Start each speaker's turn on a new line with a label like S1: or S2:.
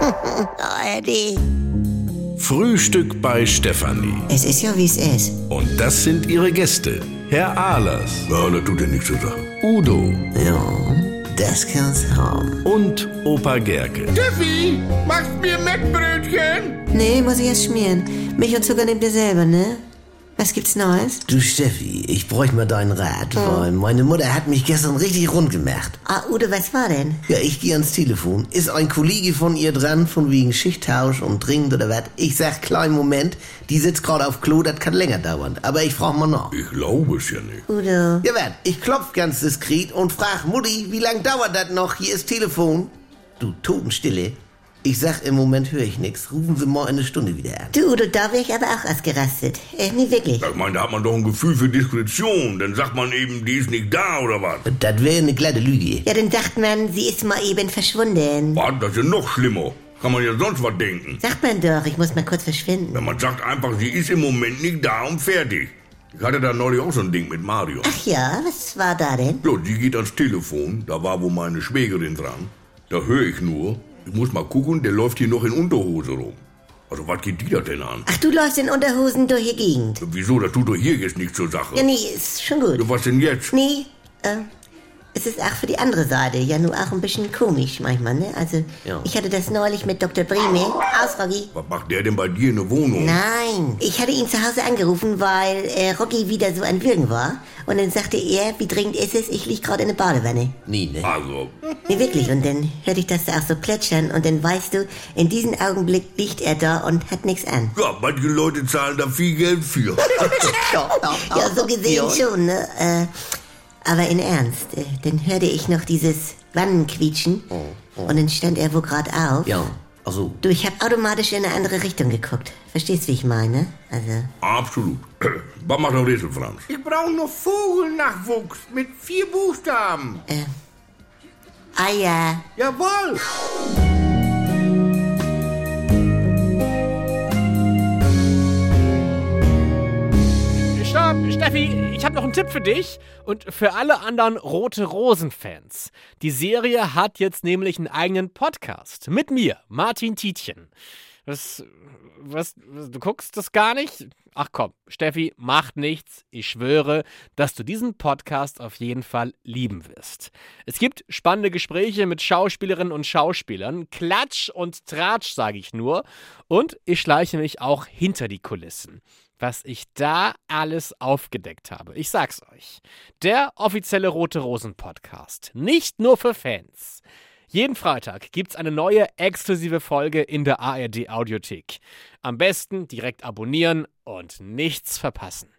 S1: Oh, Eddie.
S2: Frühstück bei Stefanie.
S1: Es ist ja, wie es ist.
S2: Und das sind ihre Gäste. Herr Ahlers. Ja, das tut ja nichts zu sagen. Udo
S1: Ja, das kann's haben.
S2: und Opa Gerke.
S3: Steffi, machst mir Mettbrötchen?
S1: Nee, muss ich erst schmieren. Milch und Zucker nehmt ihr selber, ne? Was gibt's Neues?
S4: Du Steffi, ich bräuchte mal deinen Rat,
S1: Hm.
S4: weil meine Mutter hat mich gestern richtig rund gemacht.
S1: Ah, Udo, was war denn?
S4: Ja, ich gehe ans Telefon. Ist ein Kollege von ihr dran, von wegen Schichttausch und dringend oder was? Ich sag, kleinen Moment, die sitzt gerade auf Klo, das kann länger dauern. Aber ich frag mal nach.
S2: Ich glaube es ja nicht.
S1: Udo.
S4: Ja, wat? Ich klopf ganz diskret und frag Mutti, wie lang dauert das noch? Hier ist Telefon. Du Totenstille. Ich sag, im Moment höre ich nix. Rufen Sie mal eine Stunde wieder an.
S1: Du, Udo, da wäre ich aber auch ausgerastet. Äh, nie wirklich.
S3: Ich meine, da hat man doch ein Gefühl für Diskretion. Dann sagt man eben, die ist nicht da oder was.
S4: Das wäre eine ne glatte Lüge.
S1: Ja, dann sagt man, sie ist mal eben verschwunden.
S3: Was, das ist ja noch schlimmer. Kann man ja sonst was denken.
S1: Sagt man doch, ich muss mal kurz verschwinden.
S3: Wenn man sagt einfach, sie ist im Moment nicht da und fertig. Ich hatte da neulich auch so ein Ding mit Mario.
S1: Ach ja, was war da denn?
S3: So, die geht ans Telefon, da war wohl meine Schwägerin dran. Da höre ich nur, ich muss mal gucken, der läuft hier noch in Unterhose rum. Also, was geht die da denn an?
S1: Ach, du läufst in Unterhosen durch die Gegend.
S3: Wieso, das tut doch hier jetzt nichts zur Sache.
S1: Ja, nee, ist schon gut.
S3: Ja, was denn jetzt?
S1: Nee, äh, es ist auch für die andere Seite ja nur auch ein bisschen komisch manchmal, ne? Also,
S4: Ja.
S1: ich hatte das neulich mit Dr. Breme. Aus, Rocky.
S3: Was macht der denn bei dir in der Wohnung?
S1: Nein, ich hatte ihn zu Hause angerufen, weil äh, Rocky wieder so an Würgen war. Und dann sagte er, wie dringend ist es, ich lieg gerade in der Badewanne.
S4: Nee, ne?
S3: Also,
S1: Nee, wirklich. Und dann hörte ich das da auch so plätschern. Und dann weißt du, in diesem Augenblick liegt er da und hat nichts an.
S3: ja, manche Leute zahlen da viel Geld für.
S4: Ja,
S1: Ja, so gesehen
S4: Ja.
S1: schon, ne? Äh, aber in Ernst, äh, dann hörte ich noch dieses Wannenquietschen und dann stand er wo grad auf.
S4: Oh, Ja, also,
S1: Du, ich hab automatisch in eine andere Richtung geguckt. Verstehst, wie ich meine? Also,
S3: Absolut. Was macht der Rätsel, Franz?
S5: Ich brauche noch Vogelnachwuchs mit vier Buchstaben.
S1: Eier.
S5: Jawohl.
S6: Stopp, Steffi, ich habe noch einen Tipp für dich und für alle anderen Rote Rosen-Fans. Die Serie hat jetzt nämlich einen eigenen Podcast mit mir, Martin Tietjen. Was, was, was, du guckst das gar nicht? Ach komm, Steffi, macht nichts. Ich schwöre, dass du diesen Podcast auf jeden Fall lieben wirst. Es gibt spannende Gespräche mit Schauspielerinnen und Schauspielern. Klatsch und Tratsch, sage ich nur. Und ich schleiche mich auch hinter die Kulissen was ich da alles aufgedeckt habe. Ich sag's euch. Der offizielle Rote Rosen Podcast. Nicht nur für Fans. Jeden Freitag gibt's eine neue exklusive Folge in der ARD Audiothek. Am besten direkt abonnieren und nichts verpassen.